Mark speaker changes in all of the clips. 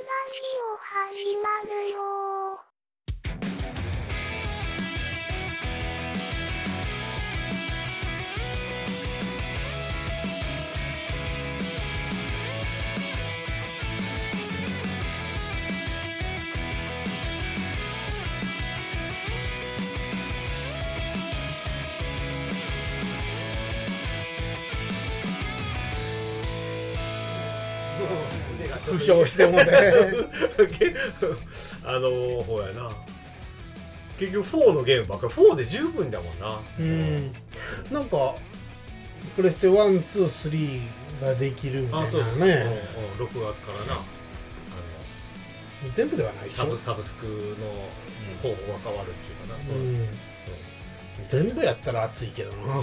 Speaker 1: チラシを始まるよ
Speaker 2: 負傷してもね
Speaker 3: け あのー、ほうやな結局4のゲームばっかり4で十分だもんな
Speaker 2: うんなんかプレステ123ができるみ
Speaker 3: あ
Speaker 2: たい
Speaker 3: そうそ
Speaker 2: な
Speaker 3: う、
Speaker 2: ね
Speaker 3: うんうん、6月からなあの
Speaker 2: 全部ではないでし
Speaker 3: サ
Speaker 2: ょ
Speaker 3: ブ、サブスクの方法が変わるっていうかな、うん
Speaker 2: うん、全部やったら熱いけどな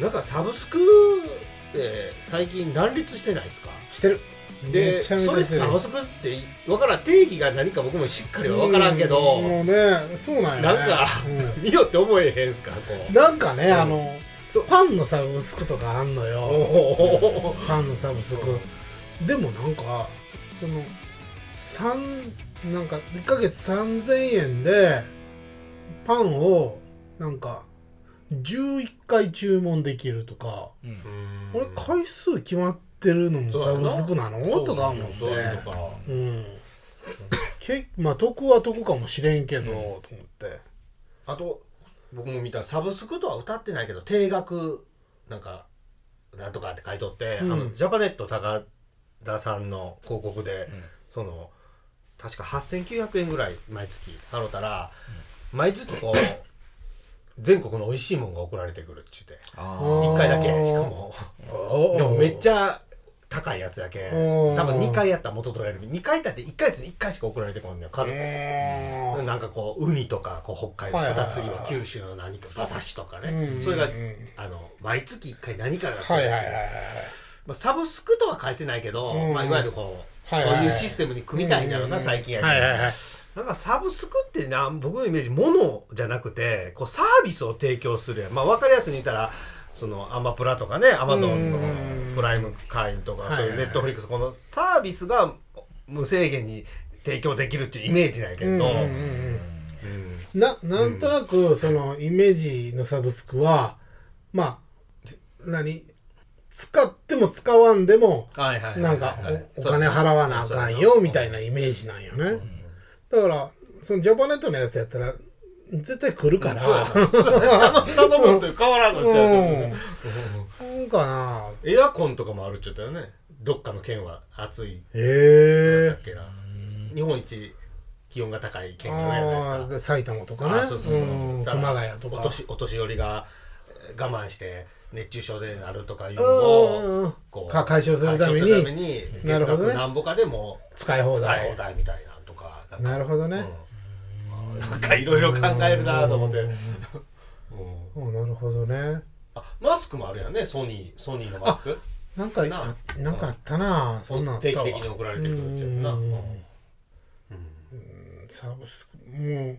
Speaker 3: なんかサブスクって最近乱立してないですか
Speaker 2: してる
Speaker 3: で
Speaker 2: めちゃ
Speaker 3: そ
Speaker 2: めちゃ
Speaker 3: れ
Speaker 2: してる
Speaker 3: サブスクって分からん定義が何か僕もしっかりは分からんけど、
Speaker 2: うんもうねそうなん
Speaker 3: な
Speaker 2: やね
Speaker 3: んか、
Speaker 2: う
Speaker 3: 見よって思えへんすかこ
Speaker 2: ん
Speaker 3: う
Speaker 2: なんかね、
Speaker 3: うん
Speaker 2: あの
Speaker 3: そう
Speaker 2: パンのサブスクとかあんの
Speaker 3: お
Speaker 2: よ
Speaker 3: お
Speaker 2: パンのサブス
Speaker 3: う
Speaker 2: クでもなんかその3なんか1ヶ月3000円でパンをなんか11回注文できるとか
Speaker 4: うん
Speaker 2: 俺回数決まってるのもサブスクなのとか思っ
Speaker 3: そういうの
Speaker 2: て
Speaker 3: か
Speaker 2: うんけまあ得は得かもしれんけど、と思って
Speaker 3: あと僕も見たサブスクとは歌ってないけど定額なんかなんとかって書いとって、
Speaker 2: うん
Speaker 3: あのジャパネット高田さんの広告で、
Speaker 4: うん
Speaker 3: その確か8900円ぐらい毎月払うたら、毎月こう全国の美味しいもんが送られてくるって言って
Speaker 4: あ
Speaker 2: あー
Speaker 3: 1回だけしかもで
Speaker 2: で
Speaker 3: もめっち
Speaker 2: ゃ
Speaker 3: ゃ高いやつやけん
Speaker 2: おー
Speaker 3: 多分2回やったら元取れる2回だって1回やつに1回しか送られてこんのよ家族
Speaker 2: うん
Speaker 3: なんかこうウニとかこう北海道
Speaker 2: はいはいはい
Speaker 3: ホタツリは九州の何か馬刺しとかね、
Speaker 2: うん
Speaker 3: それ
Speaker 2: う
Speaker 3: が
Speaker 2: ん
Speaker 3: あの毎月1回何かが
Speaker 2: はいはいはいはい
Speaker 3: まあ、サブスクとは書いてないけど、
Speaker 2: うん
Speaker 3: まあ、いわゆるこう、
Speaker 2: はいはいはい
Speaker 3: そういうシステムに組みたいんだろうな、
Speaker 2: うん
Speaker 3: 最近やけど、
Speaker 2: はいはいはい
Speaker 3: なんかサブスクってな僕のイメージ物じゃなくてこうサービスを提供するやん、まあ、分かりやすく言ったらそのアマプラとかねアマゾンの
Speaker 2: うん
Speaker 3: プライム会員と
Speaker 2: はい
Speaker 3: か
Speaker 2: は
Speaker 3: そ
Speaker 2: いう
Speaker 3: いうネットフリックスこのサービスが無制限に提供できるっていうイメージなんやけど、
Speaker 2: うんうんうんうんななんとなくそのイメージのサブスクはまあ何使っても使わんでも
Speaker 3: はいはいはいはい
Speaker 2: なんかおお
Speaker 3: そう
Speaker 2: 金払わなあかんよみたいなイメージなんよねだからそのジャパネットのやつやったら絶対来るから
Speaker 3: 頼むのと変わらんのちゃうと思うね
Speaker 2: うんかな
Speaker 3: エアコンとかもあるっちゅうたよねどっかの県は暑いだ
Speaker 2: え
Speaker 3: っけな日本一気温が高い
Speaker 2: え
Speaker 3: 県があるじゃないで
Speaker 2: あ
Speaker 3: すか
Speaker 2: ー埼玉とか
Speaker 3: あ
Speaker 2: ね
Speaker 3: そうそうそう
Speaker 2: うん
Speaker 3: だから
Speaker 2: 熊谷とか
Speaker 3: お年お年寄りがえー我慢して熱中症でなるとかいうの
Speaker 2: うんうんうん
Speaker 3: をこう
Speaker 2: か解消するため
Speaker 3: 解
Speaker 2: に
Speaker 3: 消するために
Speaker 2: なる
Speaker 3: 月
Speaker 2: ほどね
Speaker 3: 額なんぼかでも
Speaker 2: 使い放
Speaker 3: 使い
Speaker 2: 題
Speaker 3: 放題みたいなんとかなんか
Speaker 2: なるほどね、
Speaker 3: うんなんかいろいろ考えるなと思って。うん
Speaker 2: おなるほどね
Speaker 3: あマスクもあるやんねソニーソニーのマスク
Speaker 2: なんか
Speaker 3: な
Speaker 2: あなんかあったなそんなんあった
Speaker 3: 定期
Speaker 2: わ
Speaker 3: 的に送られてくるってやつな
Speaker 2: う
Speaker 3: うんん
Speaker 2: サブスクもう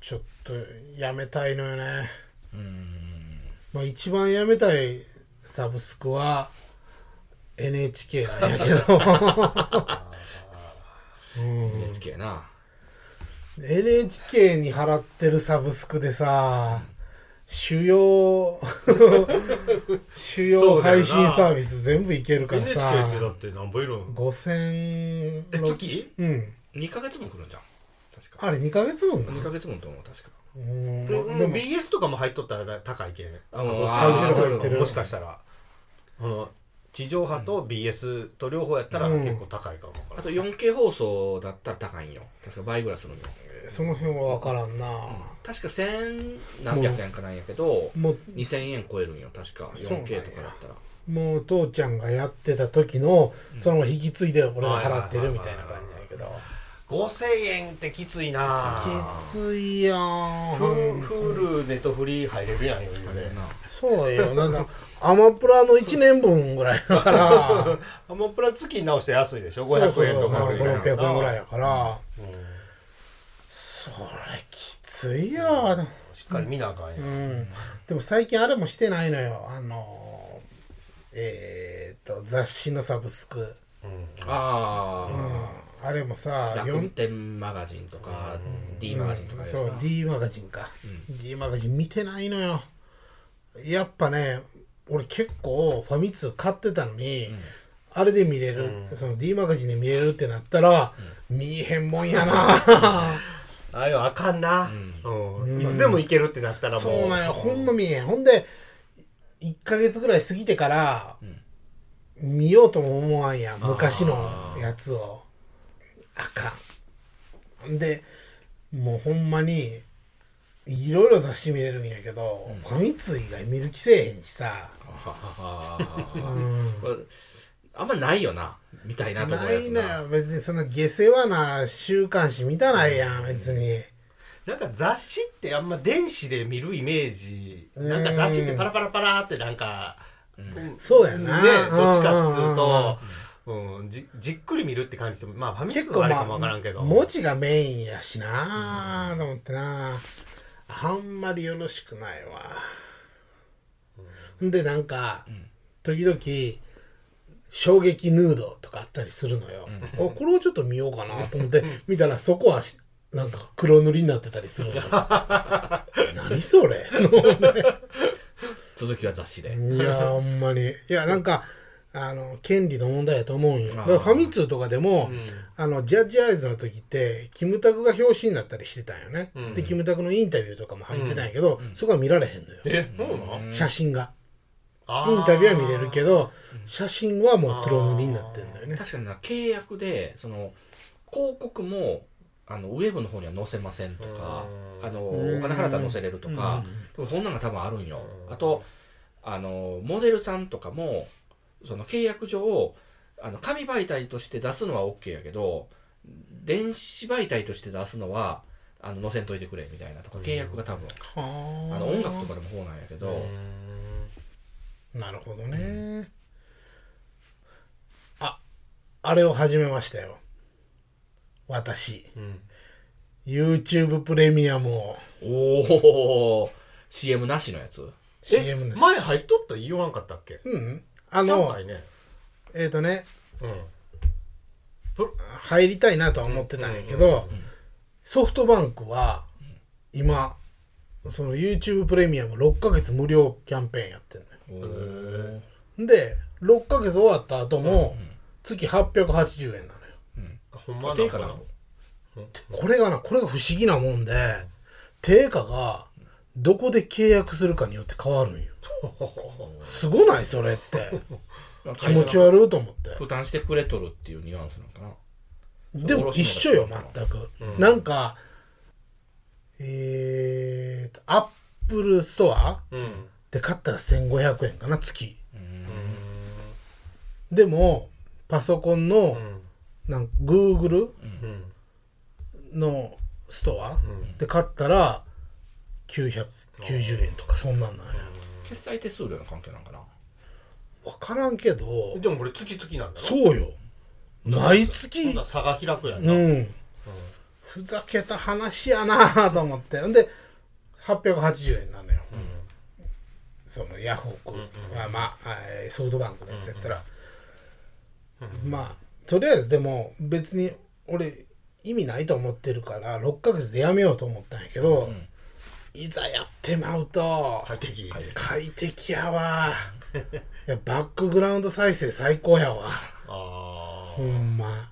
Speaker 2: ちょっとやめたいのよねまあ一番やめたいサブスクは NHK なんやけ ど
Speaker 4: NHK やな
Speaker 2: NHK に払ってるサブスクでさ主 要主要配信サービス全部いけるから
Speaker 3: NHK ってだ
Speaker 2: さ
Speaker 3: って何倍いるの
Speaker 2: 5000
Speaker 3: え月
Speaker 2: うん
Speaker 4: 2ヶ月分来るんじゃん確か
Speaker 2: あれ2ヶ月分な
Speaker 4: 2ヶ月分と思う確か
Speaker 2: うん
Speaker 3: もう
Speaker 2: でも
Speaker 3: BS とかも入っとったら高いけん
Speaker 4: あもう
Speaker 3: 5000
Speaker 2: 入ってる入ってる
Speaker 3: もしかしたらこの地上波と BS と両方やったら
Speaker 2: うん
Speaker 3: 結構高いかもわから
Speaker 4: あ
Speaker 3: ん
Speaker 4: と 4K 放送だったら高いんよ確か倍ぐらいするんよ
Speaker 2: その辺は分からんな、
Speaker 4: 確か1000何百円かなんやけど
Speaker 2: もう
Speaker 4: 2000円超えるんよ確か
Speaker 2: そうなんや
Speaker 4: 4K とかだったら
Speaker 2: もう父ちゃんがやってた時のその引き継いで俺が払ってるみたいな感じやけど
Speaker 3: 5000円ってきついなぁ
Speaker 2: きついやん
Speaker 3: フルフルネットフリー入れるやん余裕で
Speaker 2: そうよなんだアマプラの1年分ぐらいだ から
Speaker 3: アマプラ月に直して安いでしょ
Speaker 2: そうそう
Speaker 3: 500
Speaker 2: そ
Speaker 3: 円
Speaker 2: う
Speaker 3: とか
Speaker 2: まあ
Speaker 3: ぐらいやん
Speaker 2: 500円ぐらいやから
Speaker 3: うん
Speaker 2: それきついよ
Speaker 3: しっかり見なあかんやん
Speaker 2: うんでも最近あれもしてないのよあのえーっと雑誌のサブスク、
Speaker 4: あ
Speaker 2: あれもさ
Speaker 4: あ楽
Speaker 2: 四
Speaker 4: 天マガジンとか D マガジンとかですか
Speaker 2: そう D マガジンか、D マガジン見てないのよやっぱね俺結構ファミ通買ってたのに、あれで見れる、その D マガジンで見れるってなったら、見えへんもんやな
Speaker 3: ああいうのあかんな、うんいつでも行けるってなったらもう
Speaker 2: そうなんよほんま見えへんほんで1ヶ月ぐらい過ぎてから、見ようとも思わんや昔のやつをあかんでもうほんまにいろいろ雑誌見れるんやけど、ファミ通以外見る気せえへんしさ
Speaker 4: あーこれあんまないよなみたいなと思う
Speaker 2: な
Speaker 4: や
Speaker 2: い
Speaker 4: つ
Speaker 2: のよ別にその下世話な週刊誌見たないやん別に、
Speaker 3: なんか雑誌ってあんま電子で見るイメージなんか雑誌ってパラパラパラってなんか、うん
Speaker 2: そうやな
Speaker 3: ねどっちかっつう
Speaker 2: うんうん
Speaker 3: と、うん、じじっくり見るって感じでもまあファミレス
Speaker 2: 結
Speaker 3: の
Speaker 2: 構
Speaker 3: あれ
Speaker 2: ま
Speaker 3: かもわからんけ
Speaker 2: あ
Speaker 3: ど、
Speaker 2: 文字がメインやしなあと思ってなあんまりよろしくないわでなんか時々衝撃ヌードとかあったりするのよ、おこれをちょっと見ようかなと思って見たらそこはしなんか黒塗りになってたりするのよ何それ
Speaker 4: 続きは雑誌で
Speaker 2: いやほんまにいやなんかあの権利の問題やと思うんよだ
Speaker 4: あー
Speaker 2: からファミ通とかでも、あのジャッジアイズの時ってキムタクが表紙になったりしてたんよね、でキムタクのインタビューとかも入ってたんやけど、そこは見られへんのよ
Speaker 3: えそうなの
Speaker 2: 写真が
Speaker 3: あ
Speaker 2: イ
Speaker 3: ー
Speaker 2: ンタビューは見れるけど写真はもう黒塗りになってんだよね
Speaker 4: 確かにな契約でその広告もあのウェブの方には載せませんとかあの
Speaker 2: うん
Speaker 4: お金払ったら載せれるとかでもそんなんが多分あるんよあとあのモデルさんとかもその契約上あの紙媒体として出すのは OK やけど電子媒体として出すのはあの載せんといてくれみたいなとか契約が多分あの音楽とかでもそうなんやけど
Speaker 2: なるほどね、ああれを始めましたよ私、YouTube プレミアムを
Speaker 4: おお CM なしのやつ
Speaker 3: え
Speaker 2: CM です
Speaker 3: 前入っとった言わんかったっけ
Speaker 2: うんあ
Speaker 3: や
Speaker 2: の
Speaker 3: ばいね
Speaker 2: えっ、とね
Speaker 3: うん
Speaker 2: 入りたいなとは思ってたんやけどソフトバンクは今その YouTube プレミアム6ヶ月無料キャンペーンやってんのよ
Speaker 4: おー
Speaker 2: で6ヶ月終わった後も月880円なのよ
Speaker 3: ほんま
Speaker 4: 定価なの
Speaker 2: これがなこれが不思議なもんで定価がどこで契約するかによって変わるん よすごないそれって
Speaker 4: なんか
Speaker 2: 気持ち悪いと思って
Speaker 4: 負担してくれとるっていうニュアンスなのかな
Speaker 2: でも一緒よ全く、なんかえーとアップルストア
Speaker 3: うん
Speaker 2: で買ったら1500円かな月でもパソコンの
Speaker 3: うん
Speaker 2: なんか Google
Speaker 3: うん
Speaker 2: のストアで買ったら990円とかそんなんなんや
Speaker 4: 決済手数料の関係なんかな
Speaker 2: 分からんけど
Speaker 3: でもこれ月々なんだろ
Speaker 2: そうよ毎
Speaker 3: そん
Speaker 2: 月
Speaker 3: な差が開くやん
Speaker 2: う
Speaker 3: な、
Speaker 2: ん、ふざけた話やなと思ってんで880円なのよ、そのヤフオク、まあまあえーソフトバンクのやつやったら、まあとりあえずでも別に俺意味ないと思ってるから6ヶ月でやめようと思ったんやけど、いざやってまうと
Speaker 3: 快適
Speaker 2: 快適やわいやバックグラウンド再生最高やわ
Speaker 3: ああ、
Speaker 2: ほんま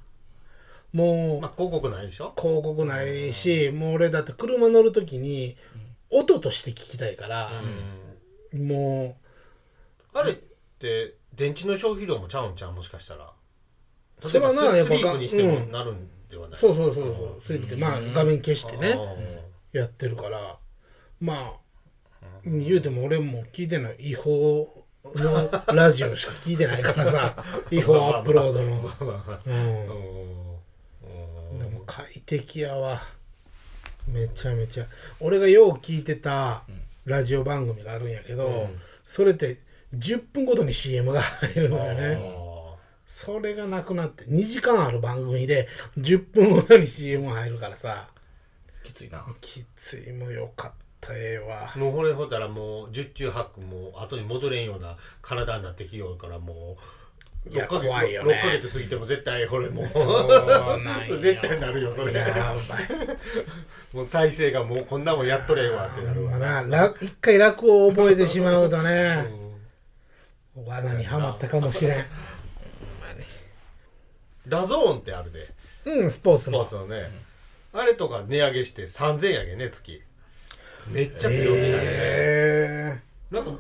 Speaker 2: もう、
Speaker 3: まあ広告ないでしょ
Speaker 2: 広告ないし、もう俺だって車乗る時に音として聞きたいから、も
Speaker 3: あれって電池の消費量もちゃうんちゃうもしかしたら
Speaker 2: それはな
Speaker 3: 例えば
Speaker 2: やっぱ
Speaker 3: スリープにしても
Speaker 2: うん
Speaker 3: なるんではな
Speaker 2: う
Speaker 3: い、
Speaker 2: そうそうそうそうスイープってまあ画面消してね
Speaker 3: あ
Speaker 2: やってるからまあ言うても俺も聞いてない違法のラジオしか聞いてないか らさ違法アップロードの、うん
Speaker 3: ーうん
Speaker 2: でも快適やわめちゃめちゃ俺がよう聞いてたラジオ番組があるんやけど、それって10分ごとに CM が入るのよね
Speaker 3: あ
Speaker 2: それがなくなって2時間ある番組で10分ごとに CM が入るからさ
Speaker 4: きついな
Speaker 2: きついもよかったええわ
Speaker 3: ーもうこれほったらもう十中八九もう後に戻れんような体になってきようからもう
Speaker 2: いや
Speaker 3: 6ヶ月
Speaker 2: 怖いよね
Speaker 3: 6ヶ月過ぎても絶対これもう
Speaker 2: そうなんよ
Speaker 3: 絶対なるよそれ
Speaker 2: やばい
Speaker 3: もう体勢がもうこんなもんやっとれんわってなるわ
Speaker 2: まあなら一回楽を覚えてしまうとね罠にはまったかもしれん
Speaker 3: ラゾーンってあるで
Speaker 2: うんスポーツ
Speaker 3: スポ
Speaker 2: も
Speaker 3: ーツのね、あれとか値上げして3000円やげね月めっちゃ強気なんで、
Speaker 2: え
Speaker 3: なんか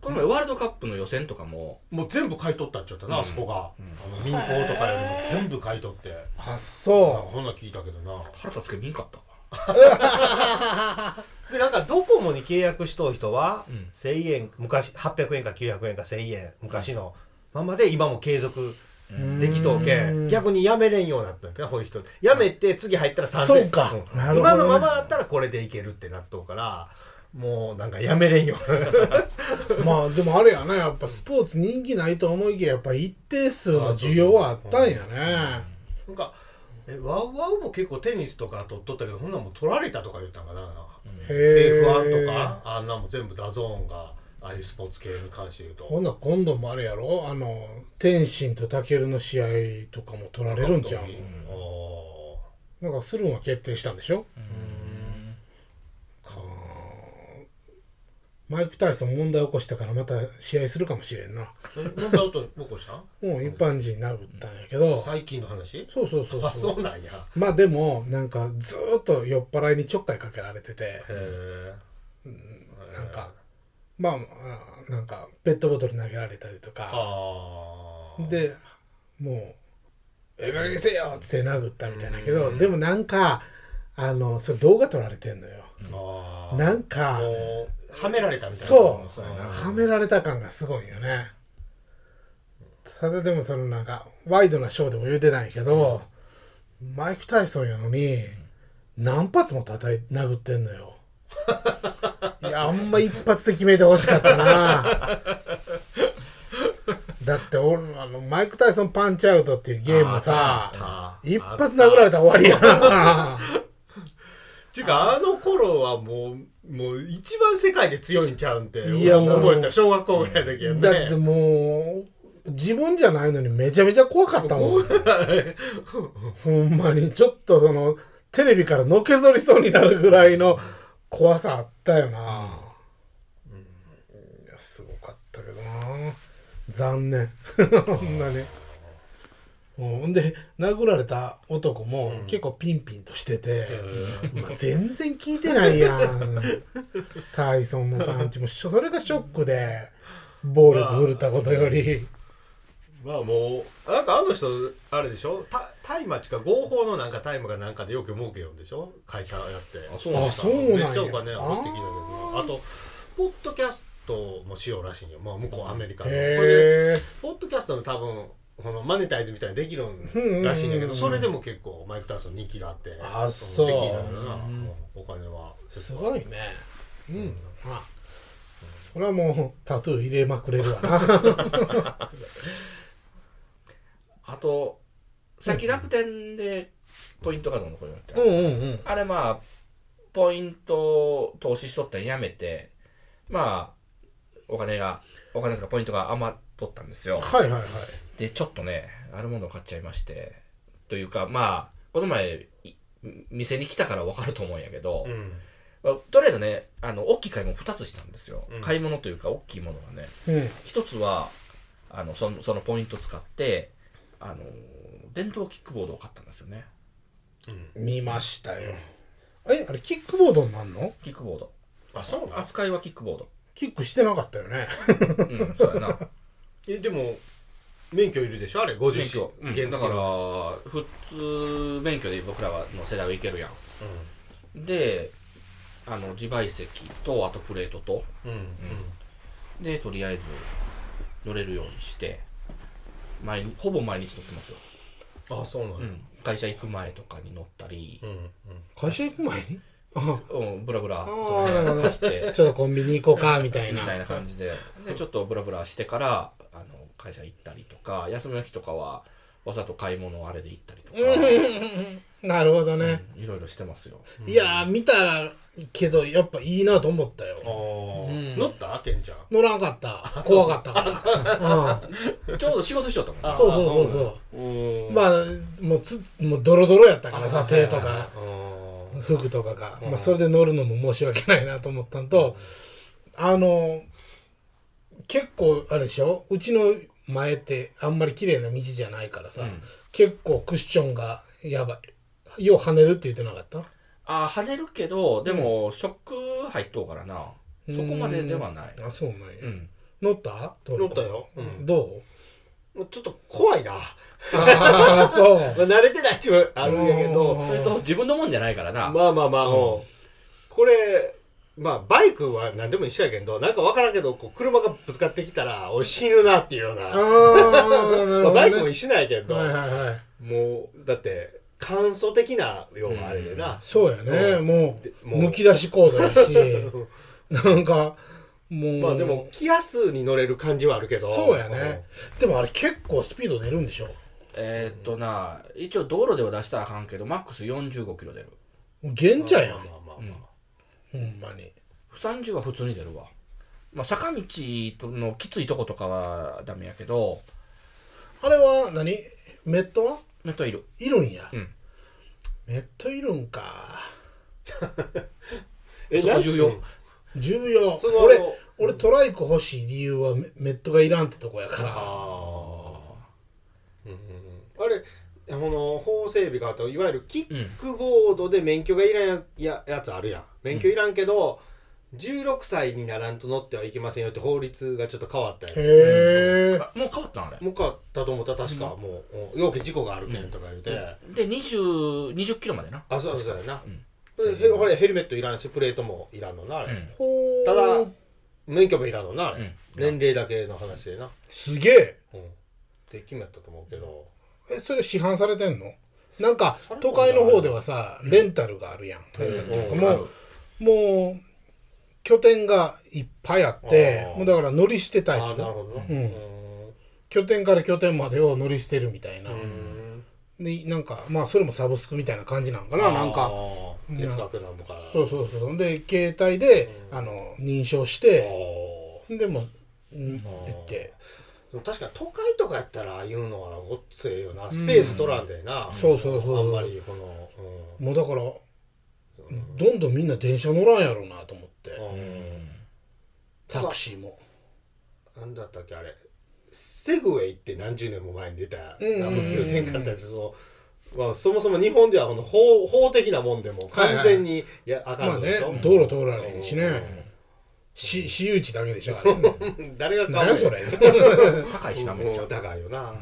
Speaker 4: この前ワールドカップの予選とかも
Speaker 3: もう全部買い取ったっちゃったな、あそこが、あの民放とかよりも全部買い取って
Speaker 2: ー、あ
Speaker 3: なんか
Speaker 2: そ
Speaker 3: こんなん聞いたけどな
Speaker 4: 腹立つけど見んかったわ
Speaker 3: でなんかドコモに契約しとう人は、
Speaker 4: うん
Speaker 3: 1000円昔800円か900円か1000円昔のままで今も継続
Speaker 2: う
Speaker 3: できとうけ
Speaker 2: うん
Speaker 3: ん逆にやめれんようになったんだこういう人やめて次入ったら3000円
Speaker 2: そうか
Speaker 3: ん
Speaker 2: なるほどね
Speaker 3: 今のままだったらこれでいけるってなっとうからもうなんかやめれんようになった
Speaker 2: まあでもあれやなやっぱスポーツ人気ないと思いきややっぱり一定数の需要はあったんやね
Speaker 3: なんかえワウワウも結構テニスとか取っとったけどそんなんもう取られたとか言ったんかな、
Speaker 2: へえ
Speaker 3: F1 とかあんなんも全部ダゾーンがああいうスポーツ系に関して言うと
Speaker 2: ほんなら今度もあれやろあの天心とタケルの試合とかも取られるんちゃう
Speaker 3: うんあ
Speaker 2: なんかスルンは決定したんでしょかマイク・タイソン問題起こしたからまた試合するかもしれんな
Speaker 3: ーえなんだろうと僕したん
Speaker 2: もう一般人殴ったんやけど
Speaker 3: 最近の話
Speaker 2: そうそうそう
Speaker 3: あ
Speaker 2: そう
Speaker 3: そうなんや
Speaker 2: まあでもなんかずーっと酔っ払いにちょっかいかけられてて
Speaker 3: へえ
Speaker 2: なんかまああなんかペットボトル投げられたりとか
Speaker 3: ああ
Speaker 2: でもう「ええかげにせよ!」っつって殴ったみたいだけどでもなんかあのそれ動画撮られてんのよ
Speaker 3: あー
Speaker 2: なんか
Speaker 3: もうはめられたみたいな
Speaker 2: そう
Speaker 4: そうやな
Speaker 2: はめられた感がすごいよねただでもそのなんかワイドなショーでも言うてないけど、マイク・タイソンやのに、何発も叩い殴ってんのよいやあんま一発で決めてほしかったなだって俺あのマイク・タイソンパンチアウトっていうゲームさ
Speaker 3: あー
Speaker 2: 一発殴られたら終わりやな
Speaker 3: っていうかあの頃はもうもう一番世界で強いんちゃうんって
Speaker 2: いやもう
Speaker 3: 思えた小学校ぐらいだけどね
Speaker 2: だってもう自分じゃないのにめちゃめちゃ怖かったもんほんまにちょっとそのテレビからのけぞりそうになるぐらいの怖さあったよな、いやすごかったけどな残念ほんなにほんで殴られた男も結構ピンピンとしてて、まあ全然聞いてないやんタイソンのパンチもしょそれがショックで暴力振るったことより、
Speaker 3: まあもうなんかあの人あれでしょた大麻っていうか合法のなんか大麻かなんかでよく儲けようんでしょ会社やって
Speaker 4: あそうなん
Speaker 2: あ
Speaker 4: ですか
Speaker 2: そうなん
Speaker 3: め
Speaker 2: や
Speaker 3: っちゃお金
Speaker 2: あー
Speaker 3: 持ってきたけどあとポッドキャストもしようらしいんよ、まあ、向こうアメリカのこれで
Speaker 2: へえ
Speaker 3: ポッドキャストの多分このマネタイズみたいにできるんらしいんだけ
Speaker 2: うんうんうんう
Speaker 3: ど
Speaker 2: ん
Speaker 3: それでも結構マイク・タイソン人気があって
Speaker 2: あそう
Speaker 3: できるような
Speaker 4: うん
Speaker 3: お金は
Speaker 2: すごいねうんまあそれはもうタトゥー入れまくれる わな
Speaker 4: あとさっき楽天でポイントカードのこれになって
Speaker 2: うんうんうん
Speaker 4: あれまあポイント投資しとったんやめてまあお金がお金とかポイントが余っとったんですよ
Speaker 2: はいはいはい
Speaker 4: でちょっとねあるものを買っちゃいましてというかまあこの前い店に来たから分かると思うんやけど、
Speaker 3: うん
Speaker 4: まあとりあえずねあの大きい買い物2つしたんですよ、
Speaker 3: うん
Speaker 4: 買い物というか大きいものがね
Speaker 2: うん
Speaker 4: 1つはあのそのそのポイント使ってあの電動キックボードを買ったんですよね
Speaker 3: うん
Speaker 2: 見ましたよえあれキックボードになんの
Speaker 4: キックボード
Speaker 3: あそうなん
Speaker 4: 扱いはキックボード
Speaker 2: キックしてなかったよね
Speaker 4: うんそうやな
Speaker 3: えでも免許いるでしょあれ
Speaker 4: 免
Speaker 3: 50
Speaker 4: 許、う
Speaker 3: 原
Speaker 4: ん
Speaker 3: 付の
Speaker 4: だから普通免許で僕らはの世代はいけるやんであの自賠責とあとプレートと
Speaker 3: うんうんうん
Speaker 4: でとりあえず乗れるようにして毎日ほぼ毎日乗ってますよ、
Speaker 3: あそうなんや
Speaker 4: うん会社行く前とかに乗ったり
Speaker 3: う、んうん
Speaker 2: 会社行く前にあ
Speaker 4: うん、ブラブラ
Speaker 2: あ
Speaker 4: そ
Speaker 2: ーな
Speaker 4: の
Speaker 2: るほど
Speaker 4: 走って
Speaker 2: ちょっとコンビニ行こうかみたい
Speaker 4: み
Speaker 2: な
Speaker 4: たいな感じででちょっとブラブラしてからあの会社行ったりとか休みの日とかはわざと買い物をあれで行ったりとか、
Speaker 2: なるほどね、
Speaker 4: うんいろいろしてますよ
Speaker 2: いやー見たらけどやっぱいいなと思ったよ
Speaker 3: ー乗ったケンちゃん
Speaker 2: 乗らんかった怖かった から、うん
Speaker 4: ちょうど仕事しよったから
Speaker 3: あ
Speaker 2: そうそうそうそう
Speaker 3: うん
Speaker 2: まあもうつもうドロドロやったからさ
Speaker 3: あ
Speaker 2: 手とか
Speaker 3: うん
Speaker 2: 服とかが、
Speaker 3: うん
Speaker 2: まあ、それで乗るのも申し訳ないなと思ったんと、あの結構あれでしょうちの前ってあんまり綺麗な道じゃないからさ、
Speaker 4: うん
Speaker 2: 結構クッションがやばいよう跳ねるって言ってなかった
Speaker 4: あー跳ねるけどでもショック入っとうからな
Speaker 2: うん
Speaker 4: そこまでではない
Speaker 2: あそうなんや、
Speaker 4: うん
Speaker 2: 乗ったト
Speaker 3: 乗
Speaker 2: ル
Speaker 3: っ
Speaker 2: コ
Speaker 3: たようん
Speaker 2: どう
Speaker 3: ちょっと怖いな
Speaker 2: ああそう
Speaker 3: まあ慣れてないっていうの はあるんやけ
Speaker 2: う
Speaker 3: ど
Speaker 2: ん
Speaker 4: それと自分のもんじゃないからな、
Speaker 3: まあまあまあ、
Speaker 4: うん
Speaker 3: うんこれまあバイクは何でも一緒やけどなんか分からんけどこう車がぶつかってきたら俺死ぬなっていうような
Speaker 2: ああな
Speaker 3: ま
Speaker 2: る
Speaker 3: あ
Speaker 2: ほど、ね、
Speaker 3: バイクも一緒なんやけど、
Speaker 2: はいはいはい
Speaker 3: もうだって簡素的な要はあれでな、
Speaker 2: そうやね、
Speaker 3: うん
Speaker 2: も
Speaker 3: で
Speaker 2: う
Speaker 3: もう
Speaker 2: むき出しコードや しなんかもう
Speaker 3: まあでも気安に乗れる感じはあるけど
Speaker 2: そうやね、でもあれ結構スピード出るんでしょ
Speaker 4: えーっとな一応道路では出したらあかんけどマックス45キロ出る
Speaker 2: 現
Speaker 3: じ
Speaker 2: 茶
Speaker 3: ゃ
Speaker 2: やん
Speaker 3: まあまあまあ、
Speaker 4: うん
Speaker 2: ほんまに
Speaker 4: 30は普通に出るわ、まあ、坂道のきついとことかはダメやけど
Speaker 2: あれは何メットは
Speaker 4: メットいる
Speaker 2: いるんや、
Speaker 4: うん
Speaker 2: メットいるんか
Speaker 3: え
Speaker 4: そこ重要
Speaker 3: なん
Speaker 2: 重要
Speaker 3: その
Speaker 2: 俺俺トライク欲しい理由はメメットがいらんってとこやから
Speaker 3: あーうんうんうんあれこの法整備があったいわゆるキックボードで免許がいらんやややつあるやん免許いらんけど、16歳にならんと乗ってはいけませんよって法律がちょっと変わったや
Speaker 2: へ
Speaker 3: つ
Speaker 2: え
Speaker 4: あもう変わったんあれ
Speaker 3: もう変わったと思った確か、もう要件事故があるけんとか言うて、
Speaker 4: で20 20キロまでな
Speaker 3: あそうそうやな
Speaker 4: うん、
Speaker 3: でへほれヘルメットいらんしプレートもいらんのなあれ、
Speaker 4: うん
Speaker 2: ほー
Speaker 3: ただ免許もいらんのなあれ、
Speaker 4: うん
Speaker 3: 年齢だけの話でな、
Speaker 2: すげえ
Speaker 3: うん、って決めたと思うけど、
Speaker 2: えそれ市販されてんのなんか
Speaker 3: それも
Speaker 2: 都会の方ではさレンタルがあるやんレンタルというか
Speaker 3: うん
Speaker 2: も
Speaker 4: あ
Speaker 2: う
Speaker 4: る
Speaker 2: もう拠点がいっぱいあって
Speaker 3: あー
Speaker 2: もうだから乗り捨てタ
Speaker 3: あ
Speaker 2: イ
Speaker 3: あ
Speaker 2: プ
Speaker 3: なるほどな
Speaker 2: うん
Speaker 3: うん
Speaker 2: 拠点から拠点までを乗り捨てるみたいな、
Speaker 3: うん
Speaker 2: でなんかまあそれもサブスクみたいな感じなんかななんか
Speaker 3: あー
Speaker 2: な
Speaker 3: 月額なんぼから
Speaker 2: そうそうそうそうで携帯で、あの認証して
Speaker 3: あ
Speaker 2: でもうん
Speaker 3: あー
Speaker 2: 行って
Speaker 3: ーでも確かに都会とかやったらああいうのはごっつええよなスペース取らんでな、
Speaker 2: そうそうそう
Speaker 3: あんまりこの、う
Speaker 2: もうだからどんどんみんな電車乗らんやろうなと思って
Speaker 3: んうん
Speaker 2: タクシーも
Speaker 3: なんだったっけあれセグウェイって何十年も前に出た
Speaker 2: うんうんうん
Speaker 3: 何も急せんかったしその、まあ、そもそも日本ではこの法法的なもんでも完全にいやあか
Speaker 2: まあ
Speaker 3: んので
Speaker 2: ね
Speaker 3: しょ、
Speaker 2: 道路通られへんし
Speaker 3: う
Speaker 2: ねし私有地だけでしょあれ
Speaker 3: ん誰が買う
Speaker 2: 何やそれ
Speaker 4: 高いしなめっち
Speaker 3: も
Speaker 4: ゃ
Speaker 3: う高いよな、ま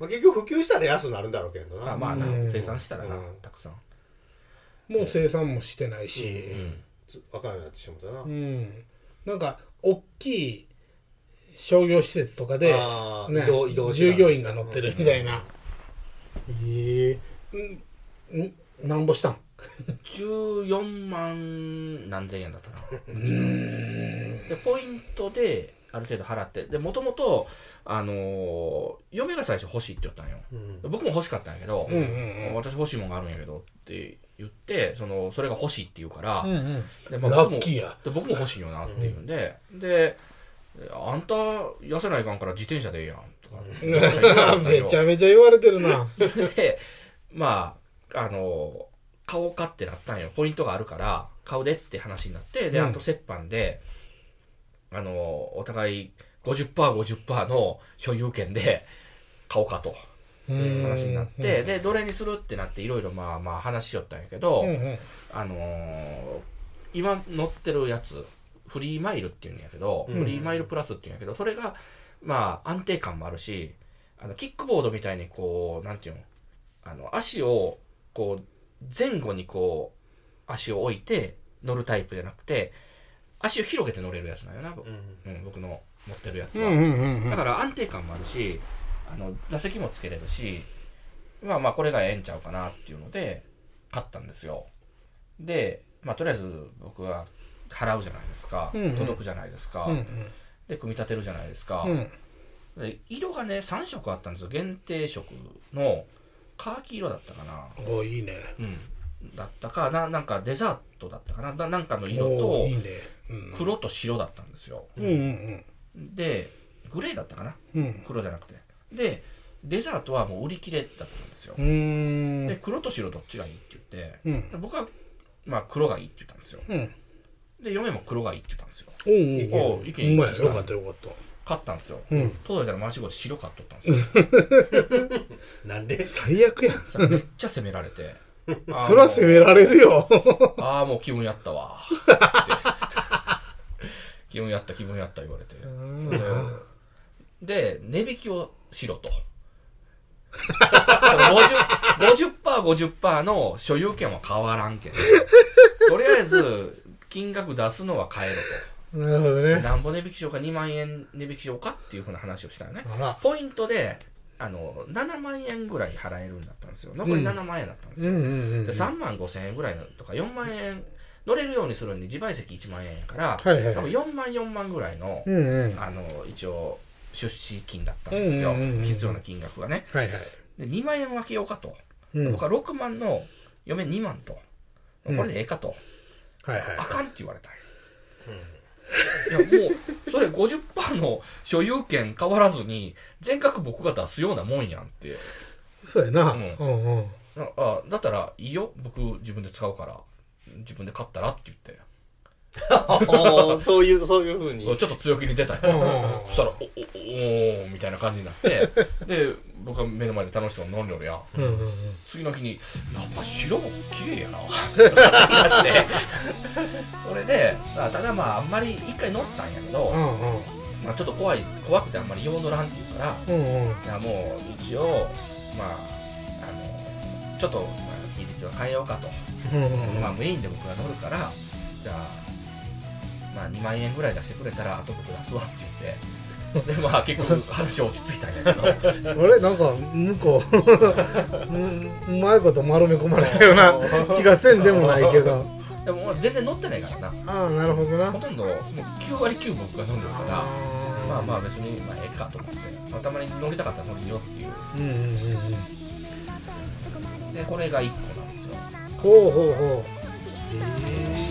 Speaker 3: あ、結局普及したら安くなるんだろうけど
Speaker 4: ま
Speaker 3: な
Speaker 4: あまあな
Speaker 2: うん
Speaker 4: 生産したらな
Speaker 3: うん
Speaker 4: たくさん
Speaker 2: もう生産もしてないし、
Speaker 4: うん
Speaker 3: つわかんなくなってしまったな、
Speaker 2: うん、なんか大きい商業施設とかで、
Speaker 3: あー
Speaker 2: ね
Speaker 3: 移動移動
Speaker 2: 従業員が乗ってるみたいな、ええうんなんぼしたん
Speaker 4: 14万何千円だっ たなでポイントである程度払ってでもともとあのー嫁が最初欲しいって言ったんよ
Speaker 3: うん
Speaker 4: 僕も欲しかったんやけど、
Speaker 2: うんうん
Speaker 4: 私欲しいもんがあるんやけどって言ってそのそれが欲しいって言うから、
Speaker 2: うんうん
Speaker 4: でまあ
Speaker 2: ラッ
Speaker 4: 僕も
Speaker 2: キーや
Speaker 4: で僕も欲しいよなって言うんで、で「あんた痩せないかんから自転車でええやん」とか
Speaker 2: めちゃめちゃ言われてるな
Speaker 4: でまああの買おうかってなったんよポイントがあるから買うでって話になってで
Speaker 2: うん
Speaker 4: あと折半で、あのお互い 50%50% の所有権で買おうかと
Speaker 2: うん
Speaker 4: 話になってでどれにするってなっていろいろまあまあ話しよったんやけど、
Speaker 2: うんうん
Speaker 4: あのー今乗ってるやつフリーマイルっていうんやけど、
Speaker 3: うん
Speaker 4: フリーマイルプラスっていうんやけどそれがまあ安定感もあるしあのキックボードみたいにこうなんていうのあの足をこう前後にこう足を置いて乗るタイプじゃなくて足を広げて乗れるやつなんよな、
Speaker 3: う
Speaker 4: うんん、僕の持ってるやつ
Speaker 2: うん
Speaker 4: は。
Speaker 2: うんうんうん
Speaker 4: だから安定感もあるし、あの座席もつけれるし、まあまあこれがええんちゃうかなっていうので、買ったんですよ。で、まあとりあえず僕は払うじゃないですか、
Speaker 2: うんうん
Speaker 4: 届くじゃないですか、
Speaker 2: うんうん
Speaker 4: で、組み立てるじゃないですか、
Speaker 2: うん
Speaker 4: で色がね3色あったんですよ限定色のカーキ色だったかな、
Speaker 2: おいいね
Speaker 4: うん、だったかななんかデザートだったかなななんかの色
Speaker 2: お
Speaker 4: と
Speaker 2: いいねうん
Speaker 4: 黒と白だったんですよ
Speaker 2: うんうん
Speaker 4: でグレーだったかな
Speaker 2: うんうん
Speaker 4: 黒じゃなくてでデザートはもう売り切れだったんですよ
Speaker 2: うー
Speaker 4: で
Speaker 2: ん
Speaker 4: 黒と白どっちがいいって言って
Speaker 2: うん
Speaker 4: 僕はまあ黒がいいって言ったんですよ
Speaker 2: うん
Speaker 4: で嫁も黒がいいって言ったんですよ
Speaker 2: おうお
Speaker 4: お
Speaker 2: う
Speaker 4: う
Speaker 2: おう
Speaker 4: 意
Speaker 2: う
Speaker 4: 見
Speaker 2: まい
Speaker 4: 一致した
Speaker 2: よかったよかった
Speaker 4: 買ったんですよ
Speaker 2: うん
Speaker 4: 届いたら回しごで白買っとったん ですよ
Speaker 3: なん で
Speaker 2: 最悪やん
Speaker 4: そしたらめっちゃ責めら れてあ
Speaker 2: そら責められるよ
Speaker 4: ああもう気分やったわって 気分やった気分やった言われて
Speaker 2: ん
Speaker 4: で値引きをしろと 50%50% 50%の所有権は変わらんけどとりあえず金額出すのは変えろ
Speaker 2: なるほど
Speaker 4: と
Speaker 2: ね
Speaker 4: なんぼ値引きしようか2万円値引きしようかっていうふうな話をしたよね
Speaker 2: あら
Speaker 4: ポイントであの7万円ぐらい払えるんだったんですよ残り7万円だったんですよ、
Speaker 2: うんうんうん
Speaker 4: で3万5千円ぐらいのとか4万円乗れるようにするのに自賠責1万円やから、
Speaker 2: はいはい
Speaker 4: 多分4万4万ぐらいの,、
Speaker 2: うんうんは
Speaker 4: あの一応出資金だったんですよ、
Speaker 2: うんうんうんうん
Speaker 4: 必要な金額がね
Speaker 2: いはい
Speaker 4: で2万円分けようかと、
Speaker 2: うん
Speaker 4: 僕
Speaker 2: は
Speaker 4: は6万の嫁2万とこ
Speaker 2: うん
Speaker 4: れでええかと、
Speaker 2: いはい
Speaker 4: あかんって言われたんよいやもうそれ50%の所有権変わらずに全額僕が出すようなもんやんって
Speaker 2: そうやな
Speaker 4: う
Speaker 2: うんんうん
Speaker 4: なあだったらいいよ僕自分で使うから自分で買ったらって言って
Speaker 3: そういうそういうふうに
Speaker 4: ちょっと強気に出たよ
Speaker 2: ん
Speaker 4: そしたら「おおおおー」みたいな感じになってで僕は目の前で楽しそうに飲んでるやん
Speaker 2: うんうんうん
Speaker 4: 次の日に「やっぱ白も綺麗や な」って話でそれでまあただまああんまり一回乗ったんやけど、
Speaker 2: う
Speaker 4: まあ、ちょっと怖い怖くてあんまり用乗らんっていうから
Speaker 2: んうんうんうん
Speaker 4: いやもう一応まああのちょっと、まあ、比率は変えようかと。
Speaker 2: うん
Speaker 4: まあ、メインで僕が乗るから、じゃあ、まあ、2万円ぐらい出してくれたら、あと僕出すわって言って、で、まあ、結局、話落ち着いたんやけど、
Speaker 2: あれなんか向こううんう まいこと丸め込まれたよう な気がせんでもないけど
Speaker 4: でも、全然乗ってないからな、
Speaker 2: ああなるほどな
Speaker 4: ほとんどもう9割9分僕が飲んでるから、まあまあ、別に、まあ、ええかと思って、まあたまに乗りたかったら乗るよっていう、
Speaker 2: うんうんうんうん
Speaker 4: で、これが1個なんですよ。
Speaker 2: ほうほうほう
Speaker 4: え